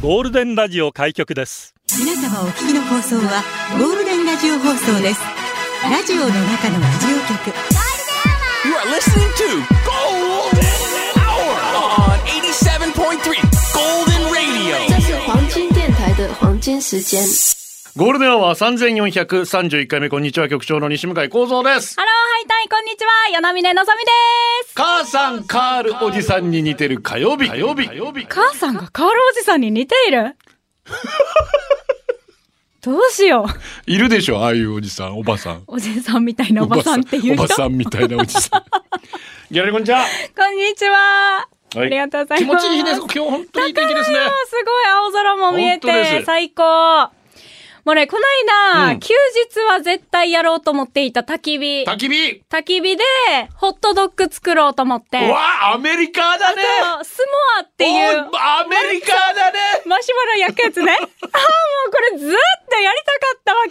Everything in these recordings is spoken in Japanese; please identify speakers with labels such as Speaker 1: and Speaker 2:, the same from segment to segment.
Speaker 1: ゴールデンラジオ開局です
Speaker 2: 皆様お聞きの放送はゴールデンラジオ放送ですラジオの中のラジオ局
Speaker 3: You are listening to Golden Hour on 87.3 Golden Radio.
Speaker 4: 这是黄金电台的黄金时间。
Speaker 5: ゴールデンは三千四百三十一回目こんにちは局長の西向井光三です。
Speaker 6: ハロー、ハイタイ、こんにちは、よなみねのぞみです。
Speaker 5: 母さんカールおじさんに似てる火曜日火曜日火曜日
Speaker 6: 母さんがカールおじさんに似てい るどうしよう。
Speaker 5: いるでしょああいうおじさんおばさん
Speaker 6: おじさんみたいなおばさんっていう人。
Speaker 5: おばさんみたいなおじさん。 ギャラリーこんにちは。
Speaker 6: こんにちは。
Speaker 5: は
Speaker 6: ありがとうございます。
Speaker 5: 気持ちいいです。今日本当にいい天気ですね
Speaker 6: だからよすごい青空も見え
Speaker 5: 本当で
Speaker 6: て
Speaker 5: す、
Speaker 6: 最高。もうね、この間、
Speaker 5: うん
Speaker 6: 休日は絶対やろうと思っていた焚き火。
Speaker 5: 焚き火
Speaker 6: 焚き火で、ホットドッグ作ろうと思って。
Speaker 5: うわあアメリカだね
Speaker 6: そうスモアっていう。
Speaker 5: おアメリカだね
Speaker 6: マシュマロ焼くやつね。ああ、も うこれずっとやりたかったわ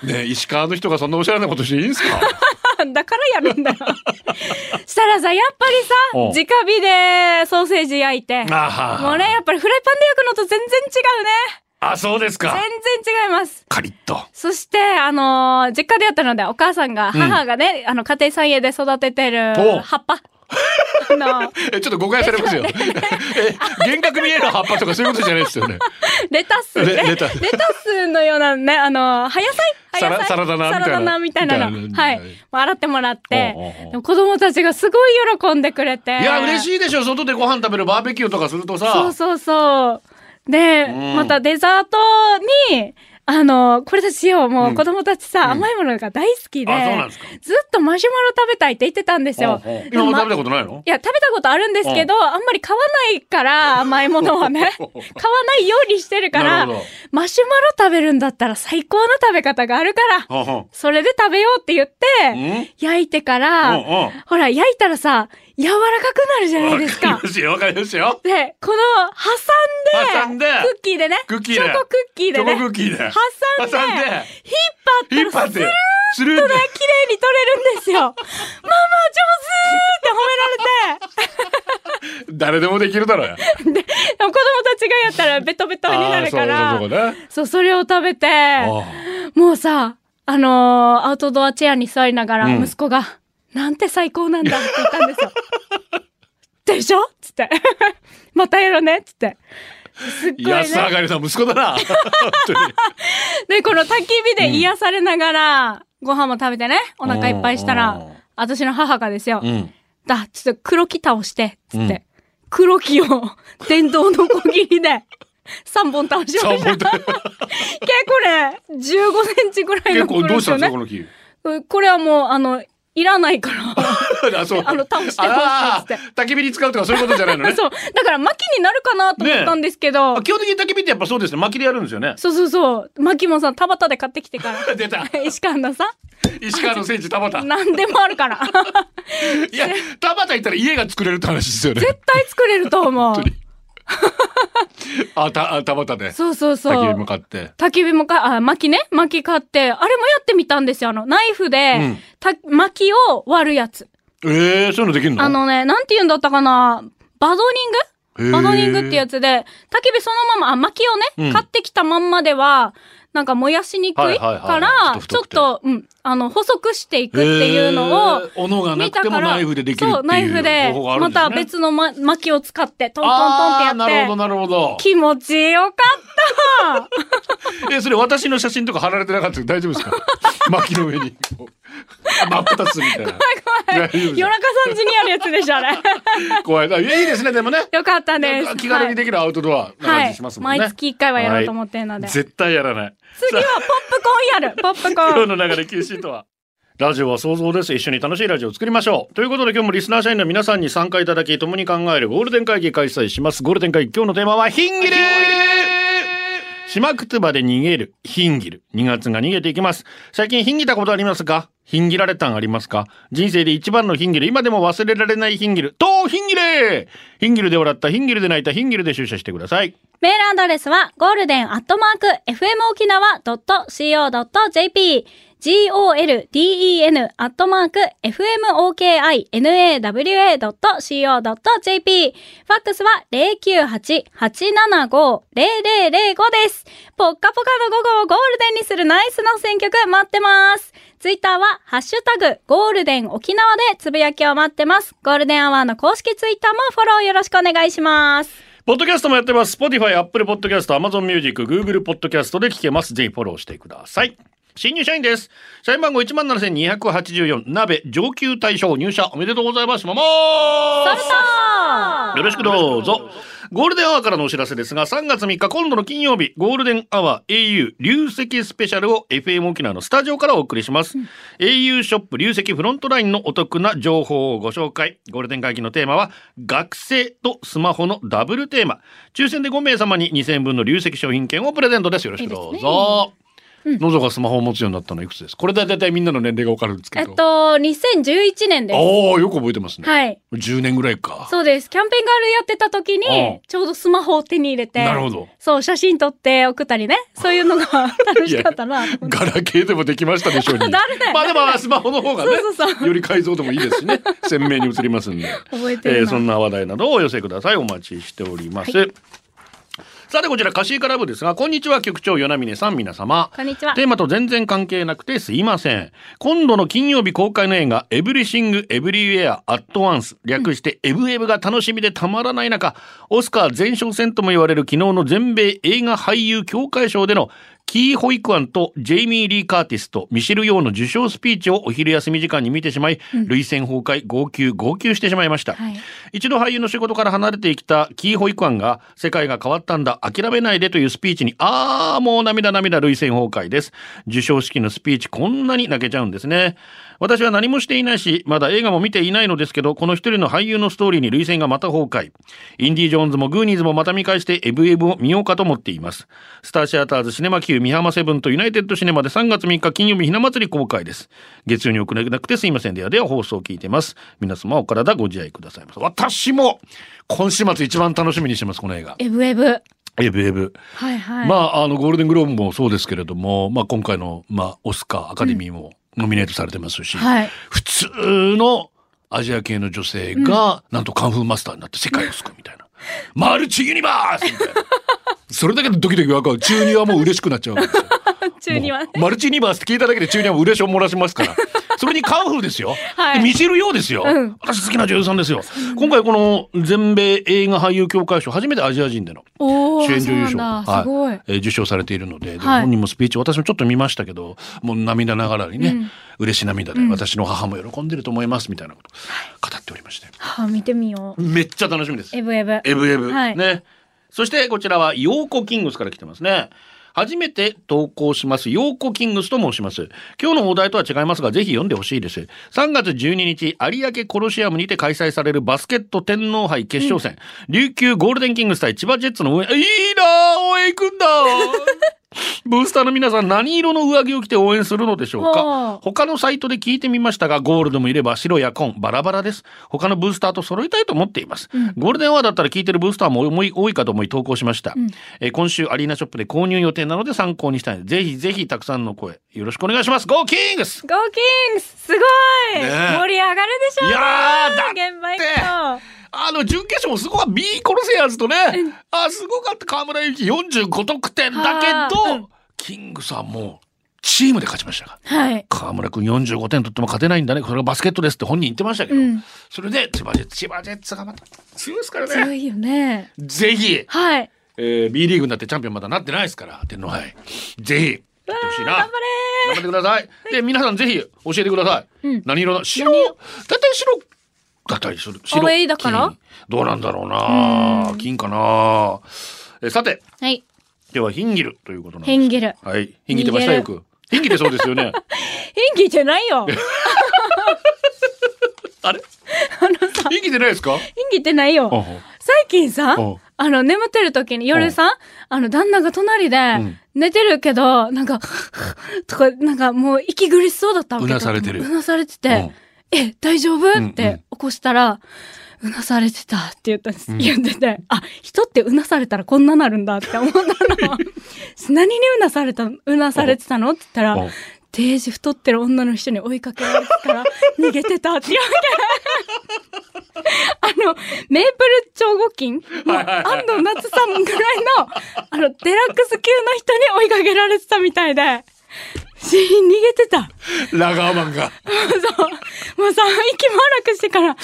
Speaker 6: け
Speaker 5: ねえ石川の人がそんなおしゃれなことしていいんですか
Speaker 6: よ。 だからやるんだよ。 したらさ、やっぱりさ
Speaker 5: おう、
Speaker 6: 直火でソーセージ焼いて。
Speaker 5: あ
Speaker 6: もうね、やっぱりフライパンで焼くのと全然違うね。
Speaker 5: あそうですか
Speaker 6: 全然違います。
Speaker 5: カリッと
Speaker 6: そして、あのー実家でやったので、お母さんが、母がね、あの、家庭菜園で育ててる
Speaker 5: おう
Speaker 6: 葉っぱ。 あの、
Speaker 5: えちょっと誤解されますよ え幻覚見える葉っぱとかそういうことじゃないですよね
Speaker 6: レタス、ね、
Speaker 5: レレ
Speaker 6: レ
Speaker 5: タ
Speaker 6: タ
Speaker 5: ス
Speaker 6: スのようなね、あの、葉野菜葉野菜
Speaker 5: サラサラダ菜みたいな
Speaker 6: サラダ菜みたいな
Speaker 5: み
Speaker 6: の。
Speaker 5: た
Speaker 6: はいい
Speaker 5: な。
Speaker 6: もう洗ってもらって
Speaker 5: おうおうおう、
Speaker 6: でも子供たちがすごい喜んでくれて。
Speaker 5: いや嬉し
Speaker 6: い。
Speaker 5: いでしょ外でご飯食べるバーベキューとかするとさ
Speaker 6: そうそうそう。で、
Speaker 5: うん
Speaker 6: またデザートに、あの、これですよ、もう子供たちさ、甘いものが大好きで、
Speaker 5: あそうなんですか
Speaker 6: ずっとマシュマロ食べたいって言ってたんです
Speaker 5: おう
Speaker 6: よ
Speaker 5: おう。
Speaker 6: で
Speaker 5: 今
Speaker 6: も
Speaker 5: も
Speaker 6: ま
Speaker 5: 食べたことないの
Speaker 6: いや、食べたことあるんですけど、あんまり買わな いから、甘いものはね。買わないようにしてるか
Speaker 5: な
Speaker 6: ら
Speaker 5: るほど、
Speaker 6: マシュマロ食べるんだったら最高の食べ方があるから、
Speaker 5: ほうほ
Speaker 6: それで食べようって言っ
Speaker 5: う
Speaker 6: て、
Speaker 5: ん
Speaker 6: 焼いてから、
Speaker 5: うんうん
Speaker 6: ほら、焼いたらさ、柔らかくなるじゃな いです
Speaker 5: わ
Speaker 6: か
Speaker 5: かり。ますよわかりますよ
Speaker 6: で、この、挟
Speaker 5: 挟ん
Speaker 6: ん
Speaker 5: で
Speaker 6: で、クッキーでね、
Speaker 5: クッキー
Speaker 6: チ
Speaker 5: で
Speaker 6: ョコクッキー
Speaker 5: チ
Speaker 6: で
Speaker 5: ョコ
Speaker 6: ね、
Speaker 5: クッキーで
Speaker 6: 挟んで、
Speaker 5: 挟んで
Speaker 6: 引っ張ったらスルー
Speaker 5: スルー
Speaker 6: と
Speaker 5: で
Speaker 6: ね、綺麗に取れるんで すよ。ママ上手って褒められて、
Speaker 5: 誰でもできるだろう や
Speaker 6: でも子供たちがやったらベトベトになるか
Speaker 5: あー
Speaker 6: ら
Speaker 5: そう。かそうかね
Speaker 6: そう、それを食べて、
Speaker 5: あ
Speaker 6: もうさ、あのーアウトドアチェアに座りながら、
Speaker 5: うん
Speaker 6: 息子が、なんて最高なんだって言ったん ですよ。でしょつって。 またやろうねつって。すっごい
Speaker 5: ー安上
Speaker 6: ね。
Speaker 5: がりな息子だな本当に
Speaker 6: で、この焚き火で癒されながら、ご飯も食べてね、お腹いっぱいした
Speaker 5: う
Speaker 6: ら
Speaker 5: ん、
Speaker 6: 私の母がですよ、
Speaker 5: うん
Speaker 6: だ、ちょっと黒木倒して、つって。
Speaker 5: うん
Speaker 6: 黒木を、 電動のこぎりで、3本倒しま
Speaker 5: 三
Speaker 6: した。
Speaker 5: 本で
Speaker 6: 結構ね、15センチぐらい
Speaker 5: 結
Speaker 6: の
Speaker 5: 構どうしたんですか
Speaker 6: こ
Speaker 5: この木
Speaker 6: れこれはもう、あの、いらないから。
Speaker 5: あそう
Speaker 6: あの倒してほしいっ
Speaker 5: あ
Speaker 6: つ
Speaker 5: ー
Speaker 6: って
Speaker 5: 焚き火に使うとかそういうことじゃないのね
Speaker 6: そう。だから、薪になるかなと思ったんですけど、
Speaker 5: あ基本的に焚き火ってやっぱそうですね薪でやるんですよね
Speaker 6: そうそうそう。薪もさ、田畑で買ってきてか ら。
Speaker 5: 出た
Speaker 6: 石川のさ、
Speaker 5: 石川の聖地田畑
Speaker 6: 何でもあ るから。
Speaker 5: いや田畑行ったら家が作れるって話ですよね
Speaker 6: 絶対作れると思う。
Speaker 5: あたあ田畑で
Speaker 6: そうそうそう。
Speaker 5: 焚き火向かって
Speaker 6: 焚き火もか、あ、薪ね。薪買って、あれもやってみたんですよ。あの、ナイフで、た薪を割るやつ。
Speaker 5: ええー、そういうのできるの
Speaker 6: あのね、なんて言うんだったかな。バドニング
Speaker 5: へー
Speaker 6: バドニングってやつで、焚き火そのまま、あ、薪をね、
Speaker 5: うん
Speaker 6: 買ってきたまんまでは、なんか燃やしにく
Speaker 5: はい
Speaker 6: い
Speaker 5: はいはい
Speaker 6: か
Speaker 5: ちょっ
Speaker 6: ら、
Speaker 5: と
Speaker 6: ちょ
Speaker 5: 太
Speaker 6: っ
Speaker 5: くて
Speaker 6: と、うん、あの、細くしていくっていうのを
Speaker 5: え、ー斧がな
Speaker 6: 見
Speaker 5: く
Speaker 6: た
Speaker 5: ても
Speaker 6: から、
Speaker 5: ナイフでできるっていう
Speaker 6: そう、ナイフで、
Speaker 5: 方法があるん
Speaker 6: ま
Speaker 5: ですね
Speaker 6: た別の、ま、薪を使って、トントントンってや
Speaker 5: あ
Speaker 6: っ
Speaker 5: ー
Speaker 6: て、
Speaker 5: なるほどなるほど
Speaker 6: 気持ちよかった
Speaker 5: えそれ私の写真とか貼られてなかったけど大丈夫で すか薪の上にこう真っ二つみたいな
Speaker 6: 怖い
Speaker 5: 大丈夫です
Speaker 6: 夜中3時にやるやつでしたね。
Speaker 5: 怖いいやいいですねでもね
Speaker 6: よかったです。
Speaker 5: 気軽にできるアウトドアな
Speaker 6: は
Speaker 5: 感
Speaker 6: い
Speaker 5: じしますもん
Speaker 6: 毎
Speaker 5: ね、
Speaker 6: 月1回はやろうと思ってるので。次は
Speaker 5: 絶対やらない
Speaker 6: ポップコーンやるポップ コーン
Speaker 5: 今日の流れ禁止とは。ラジオは想像です。一緒に楽しいラジオを作りましょう。ということで今日もリスナー社員の皆さんに参加いただき、共に考えるゴールデン会議開催します。ゴールデン会議、今日のテーマはヒンギルしまくつばで逃げる、ヒンギル。2月が逃げていきます。最近ヒンギたことありますかンギられたんありますか人生で一番のヒンギル、今でも忘れられないヒンギル、とヒンギルヒンギルで笑った、ヒンギルで泣いた、ヒンギルで出社してください。
Speaker 6: メールアドレスは、ゴールデンアットマーク、fmokinawa.co.jp、golden アットマーク、fmokinawa.co.jp、ファックスは098-875-0005です。ぽっかぽかの午後をゴールデンにするナイスの選曲待ってます。ツイッターは、ハッシュタグ、ゴールデン沖縄でつぶやきを待ってます。ゴールデンアワーの公式ツイッターもフォローよろしくお願いします。
Speaker 5: ポッドキャストもやってます。Spotify、Apple Podcast、Amazon Music、Google Podcast で聞けます。ぜひフォローしてください。新入社員です。社員番号17,284、鍋上級大賞入社おめでとうございます。ママ
Speaker 6: サルサ
Speaker 5: よろしくどうぞ。ゴールデンアワーからのお知らせですが、3月3日今度の金曜日、ゴールデンアワー au 流石スペシャルを FM 沖縄のスタジオからお送りします。au ショップ流石フロントラインのお得な情報をご紹介。ゴールデン会議のテーマは、学生とスマホのダブルテーマ。抽選で5名様に2000円分の流石商品券をプレゼントです。よろしくどうぞ。のぞがスマホを持つようになったのいくつですこれで大体みんなの年齢がわかるんですけ
Speaker 6: えっ
Speaker 5: ど。
Speaker 6: と、2011年です。
Speaker 5: ああ、よく覚えてますね。
Speaker 6: はい。
Speaker 5: 10年ぐらいか。
Speaker 6: そうです。キャンペーンガールやってた時
Speaker 5: うん
Speaker 6: に、ちょうどスマホを手に入れて。
Speaker 5: なるほど。
Speaker 6: そう、写真撮って送った りね。そういうのが楽しかったな。そう
Speaker 5: ガラケーでもできましたでしょう に。
Speaker 6: ダメだよ
Speaker 5: まあでもスマホの方がね、
Speaker 6: そうそう。
Speaker 5: より解像度もいいですし ね、鮮明に映りますんで。
Speaker 6: 覚えて
Speaker 5: え
Speaker 6: る
Speaker 5: ー、そん
Speaker 6: な。
Speaker 5: な話題などをお寄せください。お待ちしております。さてこちら、カシーカラブですが、こんにちは、局長、与那峰さん、皆様。
Speaker 6: こんにちは
Speaker 5: テ。ーマと全然関係なくてすいません。今度の金曜日公開の映画、エブリシング・エブリウェア・アット・ワンス、略して、エブエブが楽しみでたまらない中、オスカー前哨戦とも言われる昨日の全米映画俳優協会賞でのキー・ホイクアンとジェイミー・リー・カーティスとミシェル・ヨーの受賞スピーチをお昼休み時間に見てしまい、涙腺崩壊、号泣、号泣してしまいました。
Speaker 6: はい。
Speaker 5: 一度俳優の仕事から離れてきたキー・ホイクアンが世界が変わったんだ諦めないでというスピーチにああもう涙涙涙腺崩壊です授賞式のスピーチこんなに泣けちゃうんですね私は何もしていないしまだ映画も見ていないのですけどこの一人の俳優のストーリーに涙腺がまた崩壊インディ・ジョーンズもグーニーズもまた見返してエブエブを見ようかと思っていますスターシアターズシネマ Q 美浜セブンとユナイテッドシネマで3月3日金曜日ひな祭り公開です月曜に遅れなくてすいませんではでは放送を聞いてます皆様お体ご自愛くださいませ私も今週末一番楽しみにしてますこの映画
Speaker 6: エブエブ。
Speaker 5: エブエブ、
Speaker 6: はいはい。
Speaker 5: まああのゴールデングローブもそうですけれどもまあ今回のまあオスカーアカデミーもノミネートされてますし、
Speaker 6: はい。
Speaker 5: 普通のアジア系の女性が、なんとカンフーマスターになって世界を救うみたいな。マルチユニバースみたいな。それだけでドキドキワクワク。中二はもう嬉しくなっちゃうんですよ。
Speaker 6: 中にはね。
Speaker 5: もうマルチユニバースって聞いただけで中二はもう嬉しを漏らしますから。それにカンフーですよ。
Speaker 6: はい
Speaker 5: でミシェル・ヨーですよ、
Speaker 6: うん
Speaker 5: 私好きな女優さんですよ。今回この全米映画俳優協会賞、初めてアジア人での
Speaker 6: お
Speaker 5: 主
Speaker 6: ー、
Speaker 5: 演
Speaker 6: そ
Speaker 5: 女
Speaker 6: う
Speaker 5: 優賞
Speaker 6: なんだ。すごい。
Speaker 5: えー受賞されているのでで
Speaker 6: はい
Speaker 5: 本人もスピーチ私もちょっと見ましたけどもう涙ながらにね、
Speaker 6: うん
Speaker 5: 嬉し涙で、
Speaker 6: うん
Speaker 5: 私の母も喜んでると思いますみたいなこと語っておりまして
Speaker 6: はあ、見てみよう。
Speaker 5: めっちゃ楽しみです。
Speaker 6: エブエブ。
Speaker 5: エブエブ、
Speaker 6: はい
Speaker 5: ね。そしてこちらはヨーコキングスから来てますね。初めて投稿します。ヨーコキングスと申します。今日のお題とは違いますが、ぜひ読んでほしいです。3月12日、有明コロシアムにて開催されるバスケット天皇杯決勝戦。琉球ゴールデンキングス対千葉ジェッツの応援、いいなぁ応援行くんだブースターの皆さん、何色の上着を着て応援するのでしょう
Speaker 6: お
Speaker 5: か
Speaker 6: ー
Speaker 5: 他のサイトで聞いてみましたが、ゴールドもいれば白や紺、バラバラです。他のブースターと揃えたいと思っています。ゴールデンアワーだったら聞いてるブースターも多い多いかと思い投稿しました、えー今週アリーナショップで購入予定なので参考にしたいので、ぜひぜひたくさんの声、よろしくお願いします。ゴーキングス
Speaker 6: ゴーキングスすごい、
Speaker 5: ねえ
Speaker 6: 盛り上がるでしょう
Speaker 5: い
Speaker 6: ね
Speaker 5: やーだ
Speaker 6: 現場行く
Speaker 5: あの、準決勝もすごかった。B コロセアーズとね、あ、すごかった。河村ゆき45得点だけ
Speaker 6: はあう
Speaker 5: ど、キングさんもチームで勝ちましたから。
Speaker 6: と。はい。
Speaker 5: 河村君45点取っても勝てないんだね。これがバスケットですって本人言ってましたけど、
Speaker 6: うん
Speaker 5: それで千葉ジェッツ、千葉ジェッツがまた強いですから
Speaker 6: 強
Speaker 5: ね。
Speaker 6: いよね。
Speaker 5: ぜひ、
Speaker 6: はい。
Speaker 5: えー、B リーグになってチャンピオンまだなってないですから、天皇杯。ぜひ、やってほしいな。
Speaker 6: 頑張れ
Speaker 5: 頑張ってください。で、皆さんぜひ教えてください。
Speaker 6: うん
Speaker 5: 何色な白、だいたい白だったりする。白
Speaker 6: アウェイだから
Speaker 5: 金どうなんだろうな金かなえさて、
Speaker 6: ー。はい。
Speaker 5: 今日はヒンギルということなんです。
Speaker 6: ヘンゲル。
Speaker 5: はい。ヒンギってましたよ
Speaker 6: 逃げ
Speaker 5: く。ヒンギってそうですよ ね。
Speaker 6: 演技じゃないよ。演
Speaker 5: あれヒンギってないですか
Speaker 6: 技ってないよ。
Speaker 5: あ
Speaker 6: 最近さ、あ
Speaker 5: あ
Speaker 6: のあの、眠ってる時に夜さ、あの、旦那が隣で
Speaker 5: ん、
Speaker 6: 寝てるけど、なんか、 とか、なんかもう息苦しそうだったわけ。
Speaker 5: うなされてる
Speaker 6: うなされて
Speaker 5: うん
Speaker 6: て、え、大丈夫
Speaker 5: んうん
Speaker 6: って起こしたら、うなされてたって言ったんです。言ってて、あ、人ってうなされたらこんななるんだって思ったの。何にうなされたのうなされてたのって言った
Speaker 5: うん
Speaker 6: ら、デージ太ってる女の人に追いかけられて たら、逃げてたって言われて。あの、メープル超合金の安藤夏さんぐらいの、あの、デラックス級の人に追いかけられてたみたいで、死因逃げてた。
Speaker 5: ラガーマンが。
Speaker 6: そう。もうさ、息も荒くしてから、あ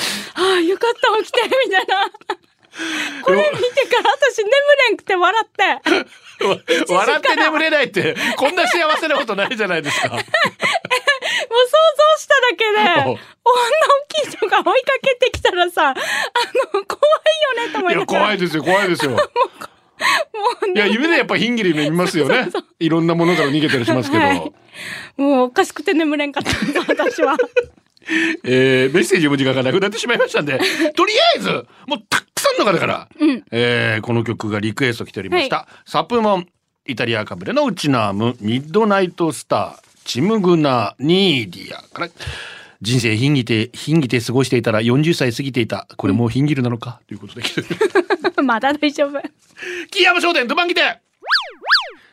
Speaker 6: あ、よかった、起きて、みたいな。これ見てから私眠れんくて笑って。
Speaker 5: わ笑って眠れないって、こんな幸せなことないじゃないです か。
Speaker 6: もう想像しただけで、
Speaker 5: お
Speaker 6: 女大きい人が追いかけてきたらさ、あの、怖いよねと思
Speaker 5: い
Speaker 6: い
Speaker 5: や、
Speaker 6: ながら。
Speaker 5: 怖いですよ、怖いですよ。
Speaker 6: もう
Speaker 5: いや、夢でやっぱりヒンギリ見ます よね。いろんなものから逃げたりしますけど。
Speaker 6: はいもうおかしくて眠れんかったんだ私は。
Speaker 5: えーメッセージ読む時間がなくなってしまいましたんで、とりあえず、もうたくさんの方から、えーこの曲がリクエスト来ておりました。サプモン、イタリアカブレのウチナーム、ミッドナイトスター、チムグナーニーディアから、人生ヒンギて、ヒンギて過ごしていたら40歳過ぎていた。これもうヒンギルなのか、ということで。
Speaker 6: まだ大丈夫。
Speaker 5: 木山商店、どばんぎて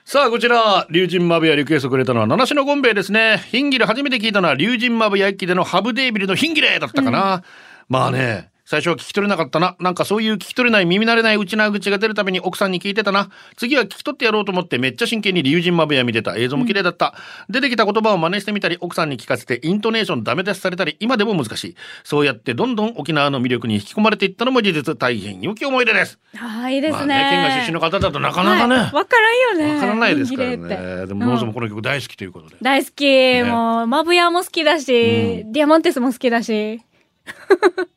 Speaker 5: さあ、こちら、竜神マブヤリクエストくれたのは、七種のゴンベイですね。ヒンギル初めて聞いたのは、竜神マブヤ一期でのハブデービルのヒンギレだったかな。まあね、最初は聞き取れなかったな。なんかそういう聞き取れない、耳慣れないうちな口が出るために奥さんに聞いてたな。次は聞き取ってやろうと思って、めっちゃ真剣に竜神マブヤ見てた。映像も綺麗だった。出てきた言葉を真似してみたり、奥さんに聞かせて、イントネーションダメ出しされたり、今でも難しい。そうやってどんどん沖縄の魅力に引き込まれていったのも事実、大変良き思い出です。
Speaker 6: ああ、いいですね。
Speaker 5: まあね、県外出身の方だとなかなかね、
Speaker 6: はいわ、からんよね。
Speaker 5: わからないですから
Speaker 6: 人気例って
Speaker 5: ね。でも、ノーズ
Speaker 6: う
Speaker 5: も
Speaker 6: ん
Speaker 5: この曲大好きということで。
Speaker 6: 大好き、もう、マブヤも好きだし、ディアマンテスも好きだし。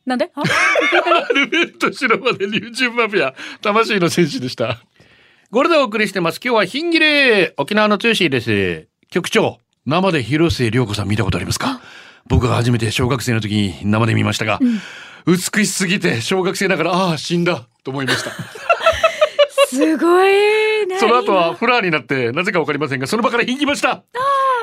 Speaker 6: なんであ
Speaker 5: ルベルト白まで竜神マフィア、魂の戦士でした。ゴールドをお送りしてます。今日はヒンギレ沖縄の強しです。局長、生で広末涼子さん見たことありますか僕が初めて小学生の時に生で見ましたが、美しすぎて小学生ながら、ああ、死んだと思い ました。
Speaker 6: すごいね。
Speaker 5: その後はフラーになって、なぜかわかりませんが、その場からヒンギました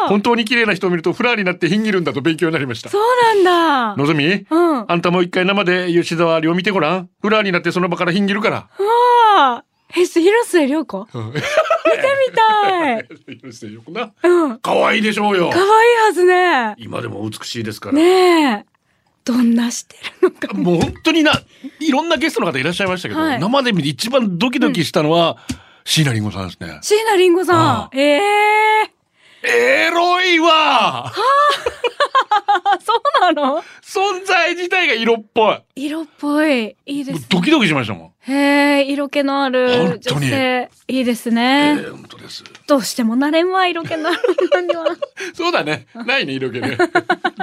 Speaker 5: 本当に綺麗な人を見るとフラーになってヒンギるんだと勉強になりました。
Speaker 6: そうなんだ。
Speaker 5: のぞみ、
Speaker 6: うん。
Speaker 5: あんたもう一回生で吉沢亮見てごらん。フラーになってその場からヒンギるから。
Speaker 6: ああ。え、広末涼子見てみたい。
Speaker 5: よくな。
Speaker 6: うん。
Speaker 5: 可愛いでしょうよ
Speaker 6: 可。愛いはずね。
Speaker 5: 今でも美しいですから。
Speaker 6: ねえ。どんなしてるのか。
Speaker 5: もう本当にな、いろんなゲストの方いらっしゃいましたけど、
Speaker 6: はい
Speaker 5: 生で見て一番ドキドキしたのは、椎名林檎さんですね。
Speaker 6: 椎名林檎
Speaker 5: あ
Speaker 6: さん。ええ
Speaker 5: エロいわ
Speaker 6: あ、そうなの
Speaker 5: 存在自体が色っぽい。
Speaker 6: 色っぽい。いいで
Speaker 5: もう
Speaker 6: す。
Speaker 5: ドキドキしましたもん。
Speaker 6: へえ、色気のある
Speaker 5: 本当
Speaker 6: 女
Speaker 5: に
Speaker 6: 性。いいです
Speaker 5: え
Speaker 6: ね。
Speaker 5: ー、本当です。
Speaker 6: どうしてもなれんわ、色気のある女には。
Speaker 5: そうだね。ないね、色気 ね。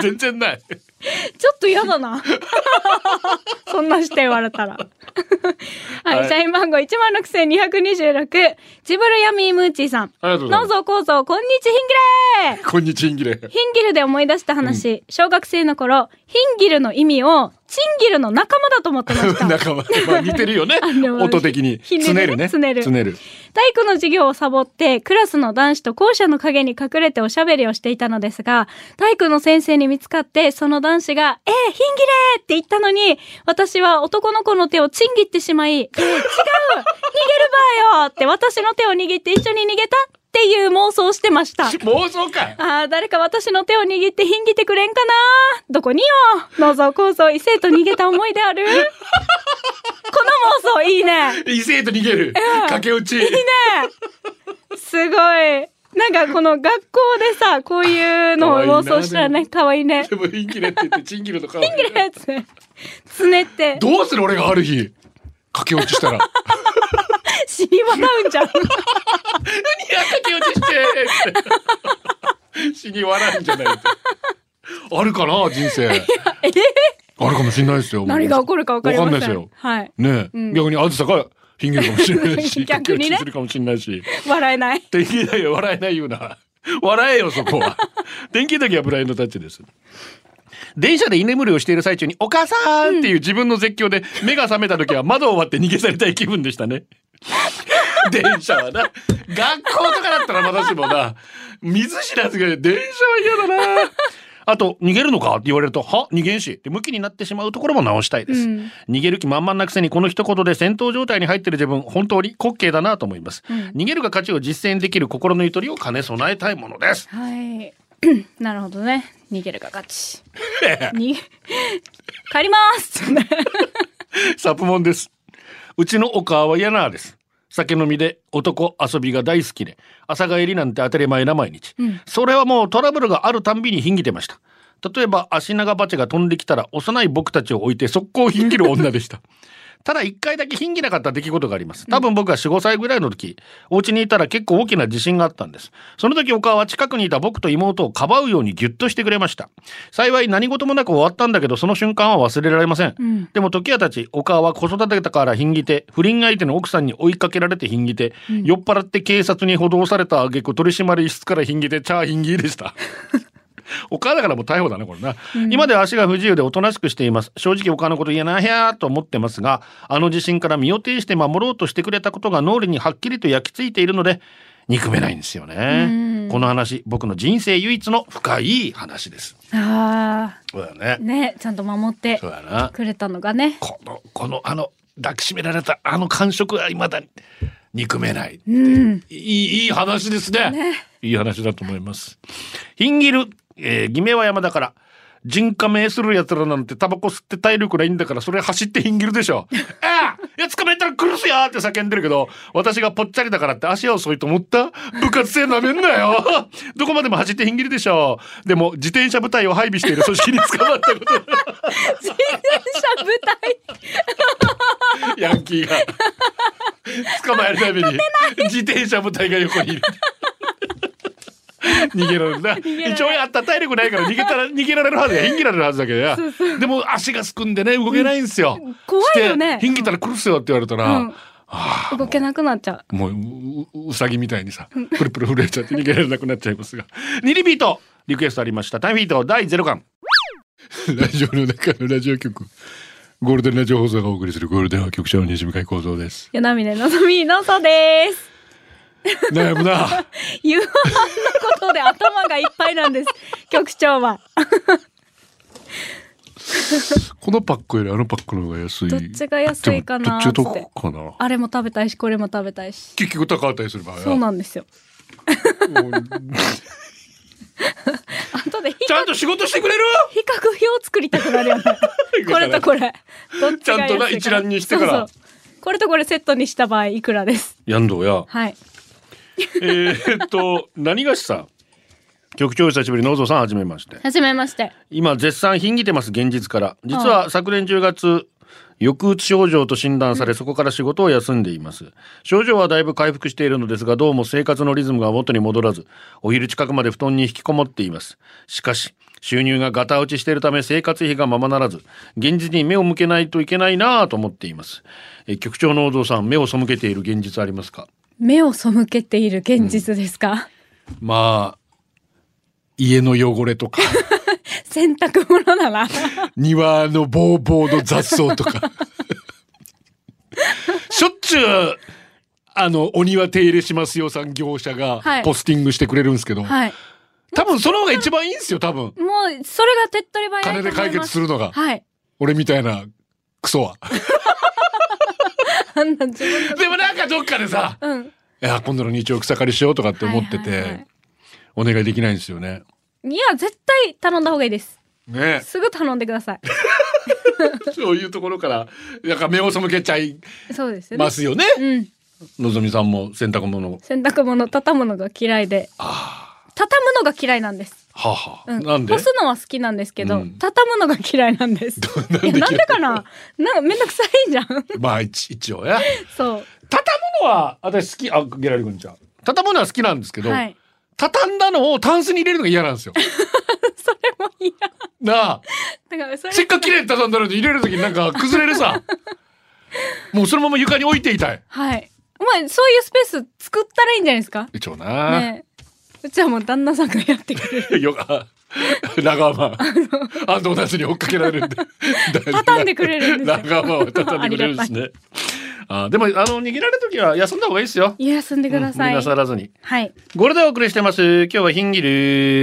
Speaker 5: 全然ない。
Speaker 6: ちょっと嫌だな。 そんなして言われた ら。はい、
Speaker 5: はい
Speaker 6: 社員番号1万6226。ジブルヤミームーチーさん。
Speaker 5: ありがとうござい
Speaker 6: ノ
Speaker 5: ま
Speaker 6: ウゾウコウゾウ、こんにちヒンギレー
Speaker 5: こんにちは、イン ギレ。
Speaker 6: ヒンギルで思い出した話、小学生の頃、ヒンギルの意味を、チンギルの 仲間だと思ってました。
Speaker 5: 仲間。 まあ似てるよね
Speaker 6: あで。も
Speaker 5: 音的に。
Speaker 6: ひね
Speaker 5: つ
Speaker 6: るね
Speaker 5: ねるね。
Speaker 6: つねる
Speaker 5: つねる。
Speaker 6: 体育の授業をサボって、クラスの男子と校舎の陰に隠れておしゃべりをしていたのですが、体育の先生に見つかって、その男子が、えー、ヒンギレーって言ったのに、私は男の子の手をチンギってしまい、えー違う逃げるばよって私の手を握って一緒に逃げたっていう妄想をしてま した。
Speaker 5: 妄想かい。
Speaker 6: ああ、誰か私の手を握ってヒンギてくれんかなどこによ脳ぞ構造異性と逃げた思いであるこの妄想いいね
Speaker 5: 異性と逃げる。駆け落ち。
Speaker 6: すごい。なんかこの学校でさ、こういうのを妄想したらね、可愛いね
Speaker 5: で。もインギレって言ってチンギレとか。
Speaker 6: ヒンギレーつね。つねって。
Speaker 5: どうする俺がある日。駆け落ち したら。何や
Speaker 6: 尻はダウ ンじゃん。
Speaker 5: 駆け落ちして。死に笑うんじゃないって。あるかな人生。あるかもしれないですよ。
Speaker 6: 何が起こるか分かりません。
Speaker 5: わかんないですよ
Speaker 6: はい。
Speaker 5: ねえ、逆にあずさがヒンギレかもしれないし、
Speaker 6: 逆に
Speaker 5: 駆け落ち
Speaker 6: ね
Speaker 5: するかもしれないし。
Speaker 6: 笑えない。
Speaker 5: 天気だ よ笑えないような笑えよそこは天気だけはブラインドタッチです電車で居眠りをしている最中に、お母さんっていう自分の絶叫で目が覚めた時は窓を割って逃げ去りたい気分でした ね。電車はな。学校とかだったらまだしもな、水知らずが電車は嫌だな。あと、逃げるのかって言われると、は逃げんしって向きになってしまうところも直したいです。
Speaker 6: うん
Speaker 5: 逃げる気満々なくせにこの一言で戦闘状態に入ってる自分、本当に滑稽だなと思います。逃げるが価値を実践できる心のゆとりを兼ね備えたいものです。
Speaker 6: はい。 なるほどね。逃げるが 勝ち。に帰ります。
Speaker 5: サプモンです。うちのお母は嫌なです。酒飲みで男遊びが大好きで、朝帰りなんて当たり前な毎日。それはもうトラブルがあるたんびにひんぎてました。例えば足長バチが飛んできたら幼い僕たちを置いて速攻ひんぎる女でした。ただ一回だけ貧ぎなかった出来事があります。多分僕が4、5歳ぐらいの時、お家にいたら結構大きな地震があったんです。その時お母は近くにいた僕と妹をかばうようにギュッとしてくれました。幸い何事もなく終わったんだけど、その瞬間は忘れられません。でも時はたち、お母は子育てから貧ぎて、不倫相手の奥さんに追いかけられて貧ぎて、酔っ払って警察に補導された挙句取締室から貧ぎて、チャー貧ぎでした。お母だからもう逮捕だね、これな。今では足が不自由でおとなしくしています。正直お母のこと言えないやーと思ってますが、あの地震から身を挺して守ろうとしてくれたことが脳裏にはっきりと焼き付いているので、憎めないんですよね。この話、僕の人生唯一の深い話です。
Speaker 6: あ
Speaker 5: そうだよね。
Speaker 6: あ、ね、ちゃんと守って
Speaker 5: そうだな。
Speaker 6: くれたのが ね。
Speaker 5: この、この、あの、抱きしめられたあの感触は未だに憎めない。
Speaker 6: うん。
Speaker 5: いい、いい話ですね。いい話だと思います。ヒンギル、えー、偽名は山だから。人加盟する奴らなんてタバコ吸って体力ないんだからそれ走ってヒンギルでしょ。 ああいや捕まえたら殺すよーって叫んでるけど、私がぽっちゃりだからって足遅いと思った部活生なめんなよどこまでも走ってヒンギルでしょ。でも自転車部隊を配備している組織に捕まったこと
Speaker 6: 自転車舞 台。
Speaker 5: ヤンキーが捕まえるために自転車部隊が横にいる。 逃げられるな
Speaker 6: れる
Speaker 5: 一応やった体力ないから逃げたら逃げられるはずやひんぎられるはずだけどやでも足がすくんでね動けないんですよ、
Speaker 6: 怖いよね
Speaker 5: してひんぎたら殺すよって言われたら、
Speaker 6: うん動けなくなっちゃ
Speaker 5: もううううさぎみたいにさプルプル震えちゃって逃げられなくなっちゃいますが2リピートリクエストありましたタイムフィート第0巻 ラジオの中のラジオ局ゴールデンラジオ放送がお送りするゴールデンは局長西向井幸三です
Speaker 6: う。よなみねのぞみのそです。
Speaker 5: 悩むな。
Speaker 6: 夕飯のことで頭がいっぱいなん です。局長は。
Speaker 5: このパックよりあのパックの方が安い。
Speaker 6: どっちが安いかな
Speaker 5: で
Speaker 6: ーっ
Speaker 5: も
Speaker 6: て
Speaker 5: どっちが高いかな。
Speaker 6: あれも食べたいし、これも食べたいし。
Speaker 5: 結局高かったりする場合は。
Speaker 6: そうなんですよ。
Speaker 5: もう
Speaker 6: 後で比
Speaker 5: ちゃんと仕事してくれる
Speaker 6: 比較表を作りたくな るよね
Speaker 5: く
Speaker 6: こ
Speaker 5: なる
Speaker 6: れとこれどっちが安いか
Speaker 5: ちゃんとな一覧にしてから
Speaker 6: そうそうこれとこれセットにした場合いくらです
Speaker 5: やんどうや。
Speaker 6: はい
Speaker 5: えー、っと、何がしさん。局長久しぶり、能蔵さんはじめまして。
Speaker 6: はじめまして
Speaker 5: 今絶賛ひんぎてます、現実から。実は昨年10月、抑うつ症状と診断され、そこから仕事を休んでいます。症状はだいぶ回復しているのですが、どうも生活のリズムが元に戻らず、お昼近くまで布団に引きこもっています。しかし、収入がガタ落ちしているため生活費がままならず、現実に目を向けないといけないなぁと思っています。えー局長のお蔵さん、目を背けている現実ありますか
Speaker 6: 目を背けている現実ですか、
Speaker 5: まあ、家の汚れとか、
Speaker 6: 洗濯物なら
Speaker 5: 庭のボーボーの雑草と か。しょっちゅう、あの、お庭手入れしますよ産業者が
Speaker 6: はい
Speaker 5: ポスティングしてくれるんですけど、
Speaker 6: はい
Speaker 5: 多分その方が一番いいんですよ、多分。
Speaker 6: もうそれが手っ取り早いと思
Speaker 5: 金
Speaker 6: いま
Speaker 5: です解決するのが、
Speaker 6: はい
Speaker 5: 俺みたいなク ソは。
Speaker 6: あんな自分の
Speaker 5: でもなんかどっかでさ、
Speaker 6: うん
Speaker 5: いや、今度の日曜草刈りしようとかって思ってて、
Speaker 6: はいはいはい
Speaker 5: お願いできないんですよね。
Speaker 6: いや絶対頼んだ方がいいです
Speaker 5: ね
Speaker 6: すぐ頼んでください
Speaker 5: そういうところから、なんか目を背けちゃい
Speaker 6: そうですよね
Speaker 5: ますよね。
Speaker 6: うん
Speaker 5: のぞみさんも洗濯物を。
Speaker 6: 洗濯物畳むのが嫌いで畳むのが嫌いなんです
Speaker 5: はあはあ
Speaker 6: うん
Speaker 5: なんで
Speaker 6: 干すのは好きなんですけ
Speaker 5: う
Speaker 6: ど、
Speaker 5: ん
Speaker 6: 畳むのが嫌いなんです。
Speaker 5: なんで
Speaker 6: いやなんでかななんかめんどくさいじゃん。
Speaker 5: まあ一一応や。
Speaker 6: そ
Speaker 5: 畳むのは私好きあギャラリー君ちゃん。畳むのは好きなんですけ
Speaker 6: う。
Speaker 5: ど、
Speaker 6: はい。
Speaker 5: 畳んだのをタンスに入れるのが嫌なんですよ。
Speaker 6: それも嫌。
Speaker 5: なあ、
Speaker 6: だからそれ
Speaker 5: せっかく綺麗に畳んだのに入れる時になんか崩れる さ。もうそのまま床に置いていたい。
Speaker 6: はい。まあそういうスペース作ったらいいんじゃないですか。
Speaker 5: 一応な。
Speaker 6: ねえ。うちはもう旦那さんがやってくれ る。
Speaker 5: よか長浜安藤夏に追っかけられ るんで
Speaker 7: 畳んでくれるんですよ
Speaker 5: 長浜は畳んでくれる んですねあでもあの握られる時は休んだ方がいいですよ
Speaker 7: いや休んでください、
Speaker 5: うん無理なさらずに
Speaker 7: はい
Speaker 5: ゴールデンお送りしてます。今日はヒンギル、え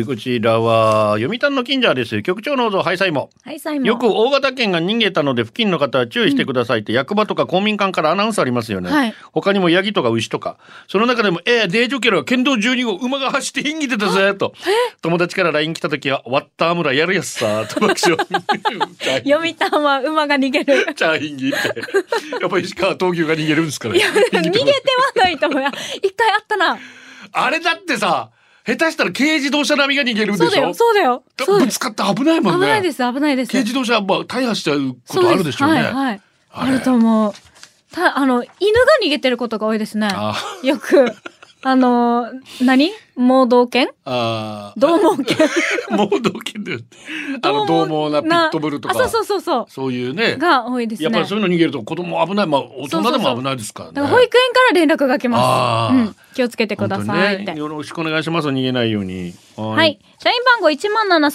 Speaker 5: ーこちらは読谷の近所です。局長の像ハイサイモ。
Speaker 6: はい、サイモン。
Speaker 5: よく大型犬が逃げたので付近の方は注意してくださいって、役場とか公民館からアナウンスありますよね。
Speaker 7: はい
Speaker 5: 他にもヤギとか牛とか。その中でも、えー、デージョケロは県道12号馬が走ってヒンギ出たぜと。友達から LINE 来た時は、ワッター村やるやつさ、と爆笑。
Speaker 6: 読みたんは馬が逃げる。
Speaker 5: チャーヒンギって。やっぱ石川闘牛が逃げるんですから、ね。
Speaker 6: 逃げてはないと思うよ。一回あったな。
Speaker 5: あれだってさ、下手したら軽自動車並みが逃げるんでしょ
Speaker 7: そうだよそうだよ
Speaker 5: だ
Speaker 7: そう
Speaker 5: ぶ
Speaker 7: で
Speaker 5: つ
Speaker 7: す
Speaker 5: かって危ないも
Speaker 7: 危
Speaker 5: んね。
Speaker 7: ないです危ないです
Speaker 5: 軽自動車はまあ大破しちゃうことあるでしょうね。
Speaker 7: そうですはいはい。
Speaker 5: あ
Speaker 7: あ
Speaker 5: れ
Speaker 7: ると思う。た、あの、犬が逃げてることが多いですね。
Speaker 5: あ
Speaker 6: よく。
Speaker 7: あの、何盲導犬
Speaker 5: あ
Speaker 7: どう猛犬
Speaker 5: あ、もう同犬で、 あの、獰猛なピットブルとか、
Speaker 7: あそうそうそうそう。
Speaker 5: そういうね、
Speaker 7: が多いですね。
Speaker 5: やっぱりそういうの逃げると子供危ない、まあ大人で
Speaker 7: そうそう
Speaker 5: も
Speaker 7: そう
Speaker 5: 危ないですからね。
Speaker 7: だから保育園から連絡が来
Speaker 5: あ
Speaker 7: ま
Speaker 5: ー
Speaker 7: す。うん。気をつけてくださいっ
Speaker 5: 本
Speaker 7: て。
Speaker 5: 当にね、よろしくお願いします、逃げないように。は
Speaker 6: はい。。社員番号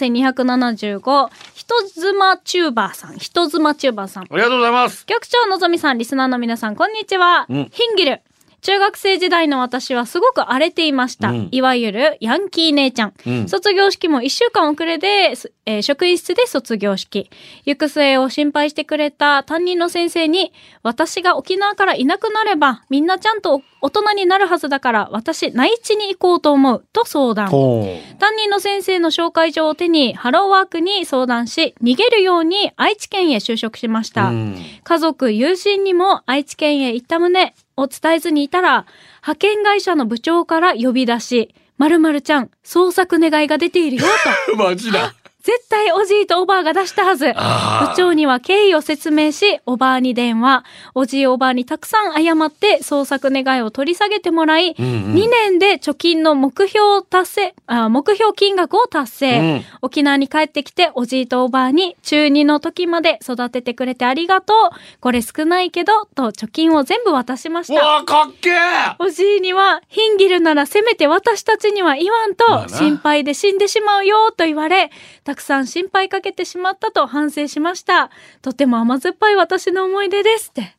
Speaker 6: 17,275。人妻チューバーさん。人妻チューバーさん。
Speaker 5: ありがとうございます。
Speaker 6: 局長のぞみさん、リスナーの皆さん、こんにちは。
Speaker 5: うん
Speaker 6: ヒンギル。中学生時代の私はすごく荒れていました。
Speaker 5: うん
Speaker 6: いわゆるヤンキー姉ちゃん。
Speaker 5: うん
Speaker 6: 卒業式も1週間遅れで、すえー職員室で卒業式。行く末を心配してくれた担任の先生に、私が沖縄からいなくなれば、みんなちゃんと大人になるはずだから、私内地に行こうと思う。と相談。
Speaker 5: ほう。
Speaker 6: 担任の先生の紹介状を手に、ハローワークに相談し、逃げるように愛知県へ就職しました。
Speaker 5: うん
Speaker 6: 家族、友人にも愛知県へ行った旨を伝えずにいたら、派遣会社の部長から呼び出し、〇〇ちゃん、捜索願いが出ているよと、
Speaker 5: マジだ。
Speaker 6: 絶対おじいとおばあが出したはず。
Speaker 5: あ
Speaker 6: 部長には経緯を説明し、おばあに電話、おじいおばあにたくさん謝って捜索願いを取り下げてもらい、
Speaker 5: うんうん
Speaker 6: 2年で貯金の目標達成、あ目標金額を達成。
Speaker 5: うん
Speaker 6: 沖縄に帰ってきておじいとおばあに中2の時まで育ててくれてありがとう。これ少ないけど、と貯金を全部渡しまし
Speaker 5: う
Speaker 6: た。
Speaker 5: わー、かっけー
Speaker 6: おじいには、ヒンギルならせめて私たちには言わん
Speaker 5: まあ
Speaker 6: と、
Speaker 5: な
Speaker 6: 心配で死んでしまうよと言われ、たくさん心配かけてしまったと反省しました。とても甘酸っぱい私の思い出ですって。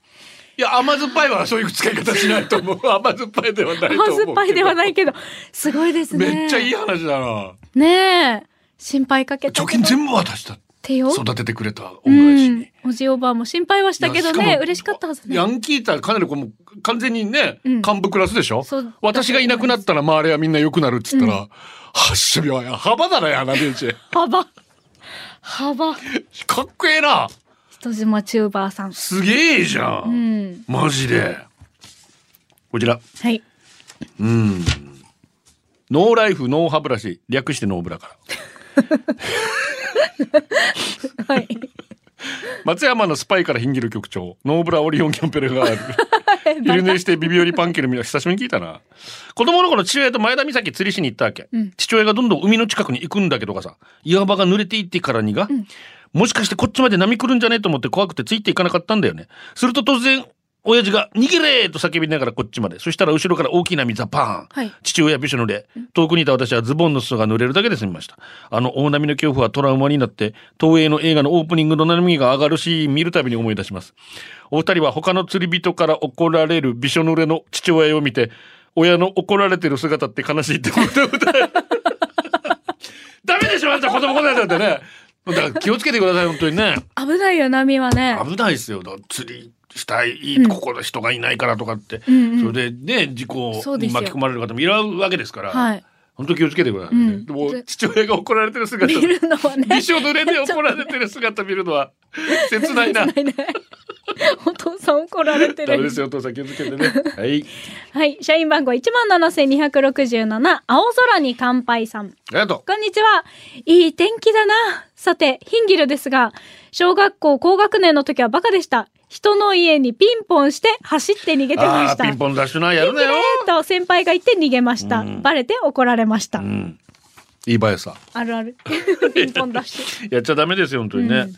Speaker 5: いや、甘酸っぱいはそういう使い方しないと思う。甘酸っぱいではないと思う。
Speaker 6: 甘酸っぱいではないけど、すごいですね。
Speaker 5: めっちゃいい話だな。
Speaker 6: ねえ。心配かけた
Speaker 5: 貯
Speaker 6: け
Speaker 5: 金
Speaker 6: ど。
Speaker 5: 全部渡した。
Speaker 6: てよ。
Speaker 5: 育ててくれた
Speaker 6: う
Speaker 5: 恩返しに。
Speaker 6: ん。おじいおばあも心配はしたけど
Speaker 5: いやし
Speaker 6: ね、
Speaker 5: も
Speaker 6: 嬉しかったはずね。
Speaker 5: ヤンキーってかなりこうもう完全にね、
Speaker 6: うん
Speaker 5: 幹部クラスでしょ
Speaker 6: そう
Speaker 5: 私がいなくなったら周りはみんな良くなるっつったら、はっしゃびはや、幅だな、やな、ビーチ。
Speaker 6: 幅。幅。
Speaker 5: かっこええな。
Speaker 6: 人妻チューバーさん。
Speaker 5: すげえじゃ。
Speaker 6: うんん。
Speaker 5: マジで。こちら。
Speaker 6: はい。
Speaker 5: うん。ノーライフ、ノー歯ブラシ。略してノーブラから。
Speaker 6: はい。
Speaker 5: 松山のスパイからヒンギル局長ノーブラオリオンキャンペルがある昼寝してビビオリパンケル見た久しぶりに聞いたな子供の頃父親と前田岬釣りしに行ったわけ、父親がどんどん海の近くに行くんだけどがさ岩場が濡れていってからにが、もしかしてこっちまで波来るんじゃねえと思って怖くてついていかなかったんだよねすると突然親父が「逃げれ!」と叫びながらこっちまでそしたら後ろから大きな水ザパー
Speaker 7: は
Speaker 5: ン、
Speaker 7: い
Speaker 5: 父親はびしょ濡れ遠くにいた私はズボンの裾が濡れるだけで済みましたあの大波の恐怖はトラウマになって東映の映画のオープニングの波が上がるシーン見るたびに思い出しますお二人は他の釣り人から怒られるびしょ濡れの父親を見て親の怒られてる姿って悲しいって思ったこと あるダメでしょあんた子供こないだってねだから気をつけてください本当にね
Speaker 7: 危ないよ、波はね。
Speaker 5: 危ないですよだから釣りしたい、ここで人がいないからとかって、
Speaker 7: んうん
Speaker 5: それでね事故
Speaker 7: そうで
Speaker 5: に
Speaker 7: すよ
Speaker 5: 巻き込まれる方もいるわけですから、
Speaker 7: はい。
Speaker 5: 本当気をつけてくださいね、
Speaker 7: うん
Speaker 5: でも父親が怒られてる姿
Speaker 7: 見るのはね。
Speaker 5: びしょ濡れで怒られてる姿見るのは切ないな。
Speaker 7: ないね。お父さん怒られて
Speaker 5: ダメで
Speaker 7: る
Speaker 5: す。よお父さん気をつけてね。はい。
Speaker 6: はい。社員番号17,267、青空に乾杯さん。
Speaker 5: ありがと
Speaker 6: こんにちは。いい天気だな。さて、ヒンギルですが、小学校高学年の時はバカでした。人の家にピンポンして走って逃げて
Speaker 5: う。
Speaker 6: ま
Speaker 5: あ
Speaker 6: し
Speaker 5: あ
Speaker 6: た。
Speaker 5: ピンポンダッシュなやるなよ。
Speaker 6: えーと先輩が言って逃げました。
Speaker 5: うん
Speaker 6: バレて怒られました。
Speaker 5: うん。いいバイさ。
Speaker 6: あるあ る。ピンポンダッシュ。
Speaker 5: やっちゃダメですよ本当にね。
Speaker 6: うん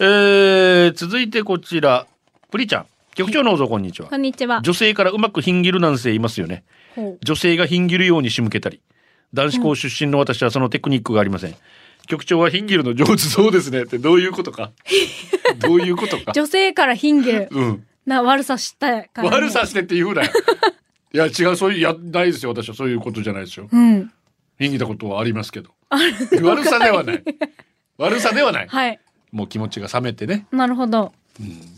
Speaker 5: えー続いてこちらプリちゃん局長のおぞこんにちは
Speaker 6: こ。んにちは。
Speaker 5: 女性からうまくヒンギルなんせいますよね。
Speaker 6: ほう
Speaker 5: 女性がヒンギるように仕向けたり男子校出身の私はそのテクニックがありません。局長はヒンギルの上手そうですねってどういうこと か。どういうことか。
Speaker 6: 女性からヒンゲル
Speaker 5: うん。
Speaker 6: な悪さしたから、
Speaker 5: 悪さしてって言うなよ。いや違うそういうやないですよ私はそういうことじゃないですよ。
Speaker 6: うん
Speaker 5: ヒンギたことはありますけど。悪さではない。悪さではない。
Speaker 6: はい
Speaker 5: もう気持ちが冷めてね。
Speaker 6: なるほど、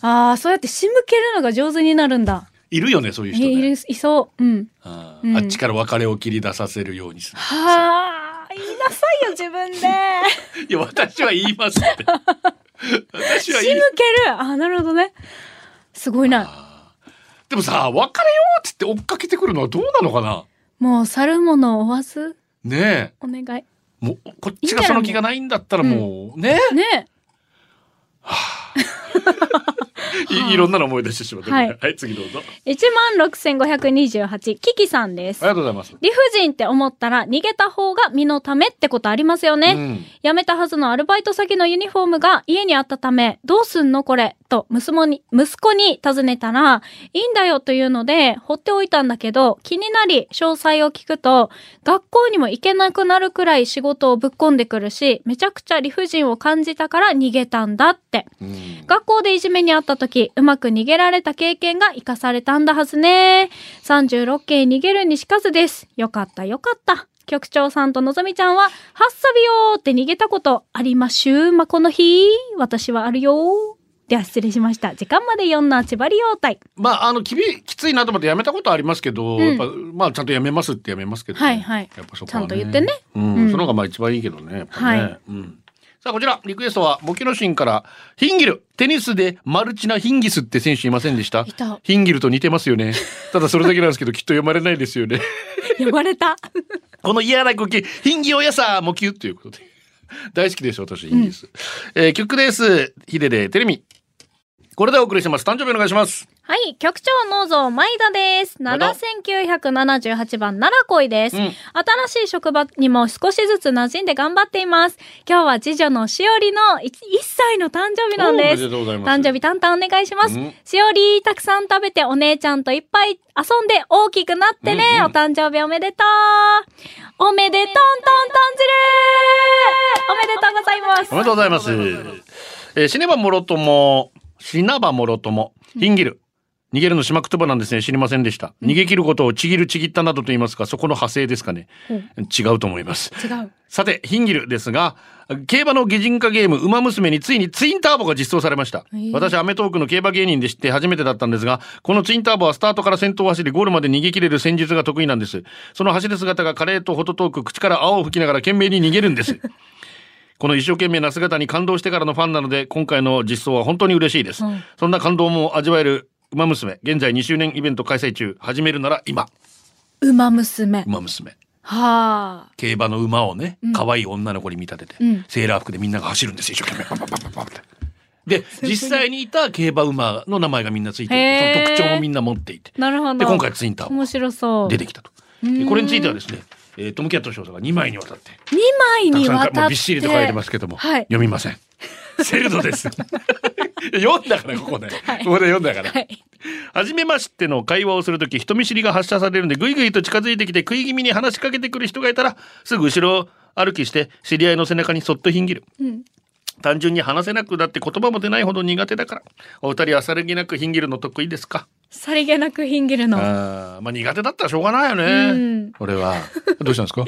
Speaker 6: ああそうやって仕向けるのが上手になるんだ
Speaker 5: いるよねそういう人
Speaker 6: い
Speaker 5: ね。
Speaker 6: るいそううん
Speaker 5: あ
Speaker 6: うん
Speaker 5: ーあっちから別れを切り出させるようにする。
Speaker 6: はあ言いなさ いよ自分で
Speaker 5: いや私は言います って。私は
Speaker 6: 仕
Speaker 5: 言い
Speaker 6: 向けるあなるほどねすごいな
Speaker 5: でもさ別れようっつって追っかけてくるのはどうなのかな。
Speaker 6: もう去るものを追わず
Speaker 5: ね
Speaker 6: お願いね
Speaker 5: えもうこっちがその気がないんだったらもうねい いろんなの思い出してしまった、
Speaker 6: は
Speaker 5: はいい、次どうぞあり
Speaker 6: え16,528キキさんです
Speaker 5: がとうございます、
Speaker 6: 理不尽って思ったら逃げた方が身のためってことありますよね、
Speaker 5: うん
Speaker 6: 辞めたはずのアルバイト先のユニフォームが家にあったため、どうすんのこれと息子に、息子に尋ねたら、いいんだよというので、放っておいたんだけど、気になり、詳細を聞くと、学校にも行けなくなるくらい仕事をぶっ込んでくるし、めちゃくちゃ理不尽を感じたから逃げたんだって。
Speaker 5: うん
Speaker 6: 学校でいじめにあった時、うまく逃げられた経験が活かされたんだはずね。36件逃げるにしかずです。よかったよかった。局長さんとのぞみちゃんは、はっさびよーって逃げたことありましゅまこの日。私はあるよー。では失礼しました。時間まで4の千葉り応対。
Speaker 5: まああのきびきついなと思ってやめたことはありますけど、
Speaker 6: うん
Speaker 5: やっぱまあちゃんとやめますってやめますけど、ね、
Speaker 6: はいはい
Speaker 5: やっぱそこは、ね、
Speaker 6: ちゃんと言ってね、
Speaker 5: うん
Speaker 6: うん
Speaker 5: その方がまあ一番いいけどねやっぱね、
Speaker 6: はい
Speaker 5: うんさあこちらリクエストはボキノシンからヒンギルテニスでマルチなヒンギスって選手いませんでした
Speaker 6: いた
Speaker 5: ヒンギルと似てますよねただそれだけなんですけどきっと読まれないですよね
Speaker 6: 呼ばれた。
Speaker 5: この嫌な空気、ヒンギオヤサーもキュッということで。 大好きです、私、イギリス。えー曲です。ヒデで、テレミ。これでお送りしてます。誕生日お願いします。
Speaker 6: はい、局長農蔵前田です。
Speaker 5: 前田
Speaker 6: 7978番奈良恋です、
Speaker 5: うん
Speaker 6: 新しい職場にも少しずつ馴染んで頑張っています。今日は次女のしおりの 1, 歳の誕生日なんで
Speaker 5: お
Speaker 6: す
Speaker 5: めで。とうございます。
Speaker 6: 誕生日担々お願いします、
Speaker 5: うん
Speaker 6: しおりたくさん食べてお姉ちゃんといっぱい遊んで大きくなってね、
Speaker 5: うんうん
Speaker 6: お誕生日おめでとうおめでとんとんとん汁おめでとうございます
Speaker 5: おめでとうございます。えー、死ねばもろとも、死なばもろとも、ヒンギル。逃げるのしまくとばなんですね。知りませんでした。逃げ切ることをちぎるちぎったなどと言いますか、そこの派生ですかね。違うと思います。
Speaker 6: 違う
Speaker 5: さて、ヒンギルですが、競馬の擬人化ゲーム、ウマ娘についにツインターボが実装されました。
Speaker 6: へえ
Speaker 5: 私、アメトークの競馬芸人で知って初めてだったんですが、このツインターボはスタートから先頭を走り、ゴールまで逃げ切れる戦術が得意なんです。その走る姿がカレーとホトトーク、口から泡を吹きながら懸命に逃げるんです。この一生懸命な姿に感動してからのファンなので、今回の実装は本当に嬉しいです。
Speaker 6: うん
Speaker 5: そんな感動も味わえる、ウマ娘、現在2周年イベント開催中、始めるなら今、
Speaker 6: 馬娘
Speaker 5: ウマ娘。
Speaker 6: はあ
Speaker 5: 競馬の馬をね
Speaker 6: ん
Speaker 5: 可愛い女の子に見立てて、
Speaker 6: うん
Speaker 5: セーラー服でみんなが走るんですよ一生懸命パンパンパンパンパンっ て。で実際にいた競馬馬の名前がみんなついて
Speaker 6: へ
Speaker 5: いて
Speaker 6: ー
Speaker 5: その特徴もみんな持っていて
Speaker 6: なるほど
Speaker 5: で今回ツインターも
Speaker 6: 面白そう
Speaker 5: 出てきたと。でこれについてはですね、えートム・キャット少佐が2枚にわたって
Speaker 6: 二枚
Speaker 5: たく
Speaker 6: に
Speaker 5: さん
Speaker 6: わ
Speaker 5: か
Speaker 6: たっ
Speaker 5: も
Speaker 6: て
Speaker 5: うびっしりと書いてますけども、
Speaker 6: はい
Speaker 5: 読みません。セルド です。読んだからここで、
Speaker 6: い
Speaker 5: ここで読んだから。
Speaker 6: はい
Speaker 5: 初めましての会話をするとき人見知りが発射されるんでぐいぐいと近づいてきて食い気味に話しかけてくる人がいたらすぐ後ろを歩きして知り合いの背中にそっとひんぎる、単純に話せなくなって言葉も出ないほど苦手だからお二人はさりげなくひんぎるの得意ですか
Speaker 6: さりげなくヒンギルの
Speaker 5: あーまあ苦手だったらしょうがないよ
Speaker 6: うん
Speaker 5: ね俺はどうしたんですか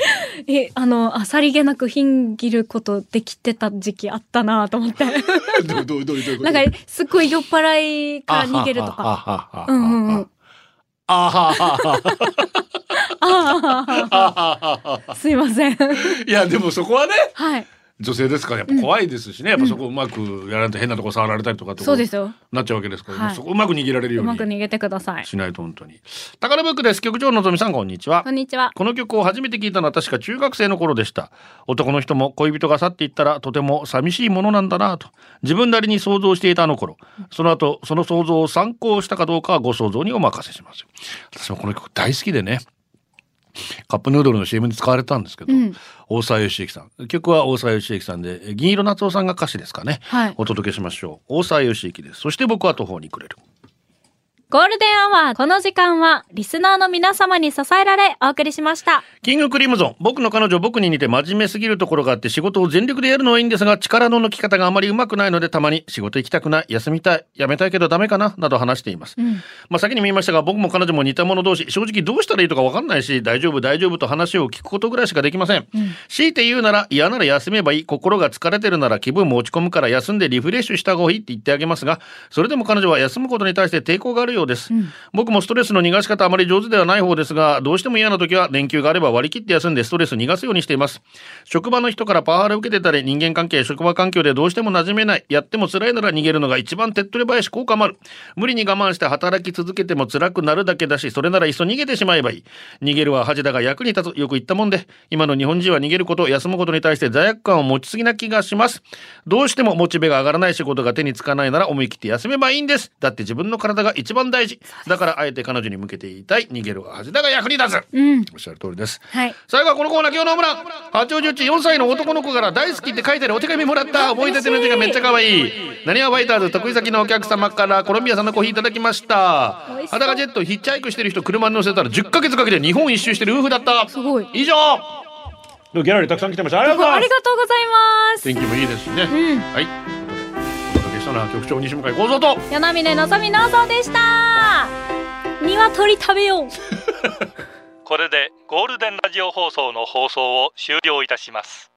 Speaker 6: えあのあさりげなくヒンギることできてた時期あったなと思って
Speaker 5: どうどうどうどう
Speaker 6: なんかすっごい酔っ払いから逃げると
Speaker 5: あは
Speaker 6: か
Speaker 5: ははは
Speaker 6: うんうんうん
Speaker 5: あははは
Speaker 6: あ
Speaker 5: あははは
Speaker 6: あすいません
Speaker 5: いやでもそこはね
Speaker 6: はい
Speaker 5: 女性ですからやっぱ怖いですしね、やっぱそこうまくやらないと変なとこ触られたりとかってこと
Speaker 6: そうですよ
Speaker 5: なっちゃうわけですから、
Speaker 6: はい
Speaker 5: そこうまく逃げられるよ
Speaker 6: う
Speaker 5: う
Speaker 6: まく
Speaker 5: に
Speaker 6: 逃げてください
Speaker 5: しないと本当に宝ブックです局長のぞみさんこんにちは
Speaker 6: こんにちは
Speaker 5: この曲を初めて聞いたのは確か中学生の頃でした男の人も恋人が去っていったらとても寂しいものなんだなと自分なりに想像していたあの頃その後その想像を参考したかどうかはご想像にお任せします私もこの曲大好きでねカップヌードルの CM に使われたんですけど、
Speaker 6: うん
Speaker 5: 大沢良之さん曲は大沢良之さんで銀色夏夫さんが歌詞ですかね、
Speaker 6: はい
Speaker 5: お届けしましょう大沢良之ですそして僕は途方に暮れる
Speaker 6: ゴールデンアワー、この時間は、リスナーの皆様に支えられ、お送りしました。
Speaker 5: キングクリムゾン僕の彼女僕に似て真面目すぎるところがあって仕事を全力でやるのはいいんですが力の抜き方があまりうまくないのでたまに仕事行きたくない休みたいやめたいけどダメかななど話しています、まあ先にも言いましたが僕も彼女も似た者同士正直どうしたらいいとか分かんないし大丈夫大丈夫と話を聞くことぐらいしかできません、強いて言うなら嫌なら休めばいい心が疲れてるなら気分も落ち込むから休んでリフレッシュした方がいいって言ってあげますがそれでも彼女は休むことに対して抵抗があるようです、僕もストレスの逃がし方あまり上手ではない方ですがどうしても嫌な時は連休があれば割り切って休んでストレス逃がすようにしています職場の人からパワハラ受けてたり人間関係職場環境でどうしても馴染めないやっても辛いなら逃げるのが一番手っ取り早いし効果もある無理に我慢して働き続けても辛くなるだけだしそれならいっそ逃げてしまえばいい逃げるは恥だが役に立つよく言ったもんで今の日本人は逃げること休むことに対して罪悪感を持ちすぎな気がしますどうしてもモチベが上がらない仕事が手につかないなら思い切って休めばいいんですだって自分の体が一番大事だからあえて彼女に向けて言いたい逃げるは恥だが役に立つ、
Speaker 6: うん。
Speaker 5: おっしゃる通りです
Speaker 6: はい。
Speaker 5: 最後はこのコーナー今日のオムラン八王子うち4歳の男の子から大好きって書いてあるお手紙もらった思い出ての字がめっちゃ可愛いなにわバイターズ得意先のお客様からコロンビアさんのコーヒーいただきました
Speaker 6: 美味しそう
Speaker 5: 裸ジェットヒッチハイクしてる人車に乗せたら10ヶ月かけて日本一周してる夫婦だったす
Speaker 6: ごい
Speaker 5: 以上でもギャラリーたくさん来てましたあり
Speaker 6: あ
Speaker 5: が
Speaker 6: り
Speaker 5: とうございます
Speaker 6: がとうご
Speaker 5: 天。気も
Speaker 6: ざいます
Speaker 5: いいですしね、
Speaker 6: うん
Speaker 5: はいお届けしたのは局長西向井幸三と
Speaker 6: 柳峰のぞみのぞでした。鶏食べよう。
Speaker 8: これでゴールデンラジオ放送の放送を終了いたします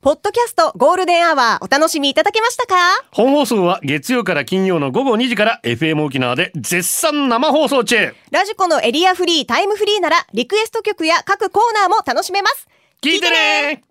Speaker 9: ポッドキャストゴールデンアワーお楽しみいただけましたか
Speaker 5: 本放送は月曜から金曜の午後2時から FM 沖縄で絶賛生放送中
Speaker 9: ラジコのエリアフリータイムフリーならリクエスト曲や各コーナーも楽しめます
Speaker 5: 聞いてね